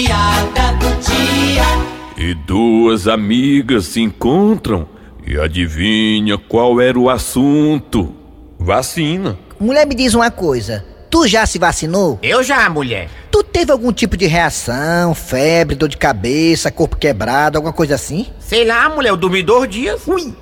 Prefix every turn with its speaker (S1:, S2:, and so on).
S1: piada do dia.
S2: E duas amigas se encontram e adivinha qual era o assunto? Vacina.
S3: Mulher, me diz uma coisa. Tu já se vacinou?
S4: Eu já, mulher.
S3: Tu teve algum tipo de reação, febre, dor de cabeça, corpo quebrado, alguma coisa assim?
S4: Sei lá, mulher, eu dormi dois dias. Ui.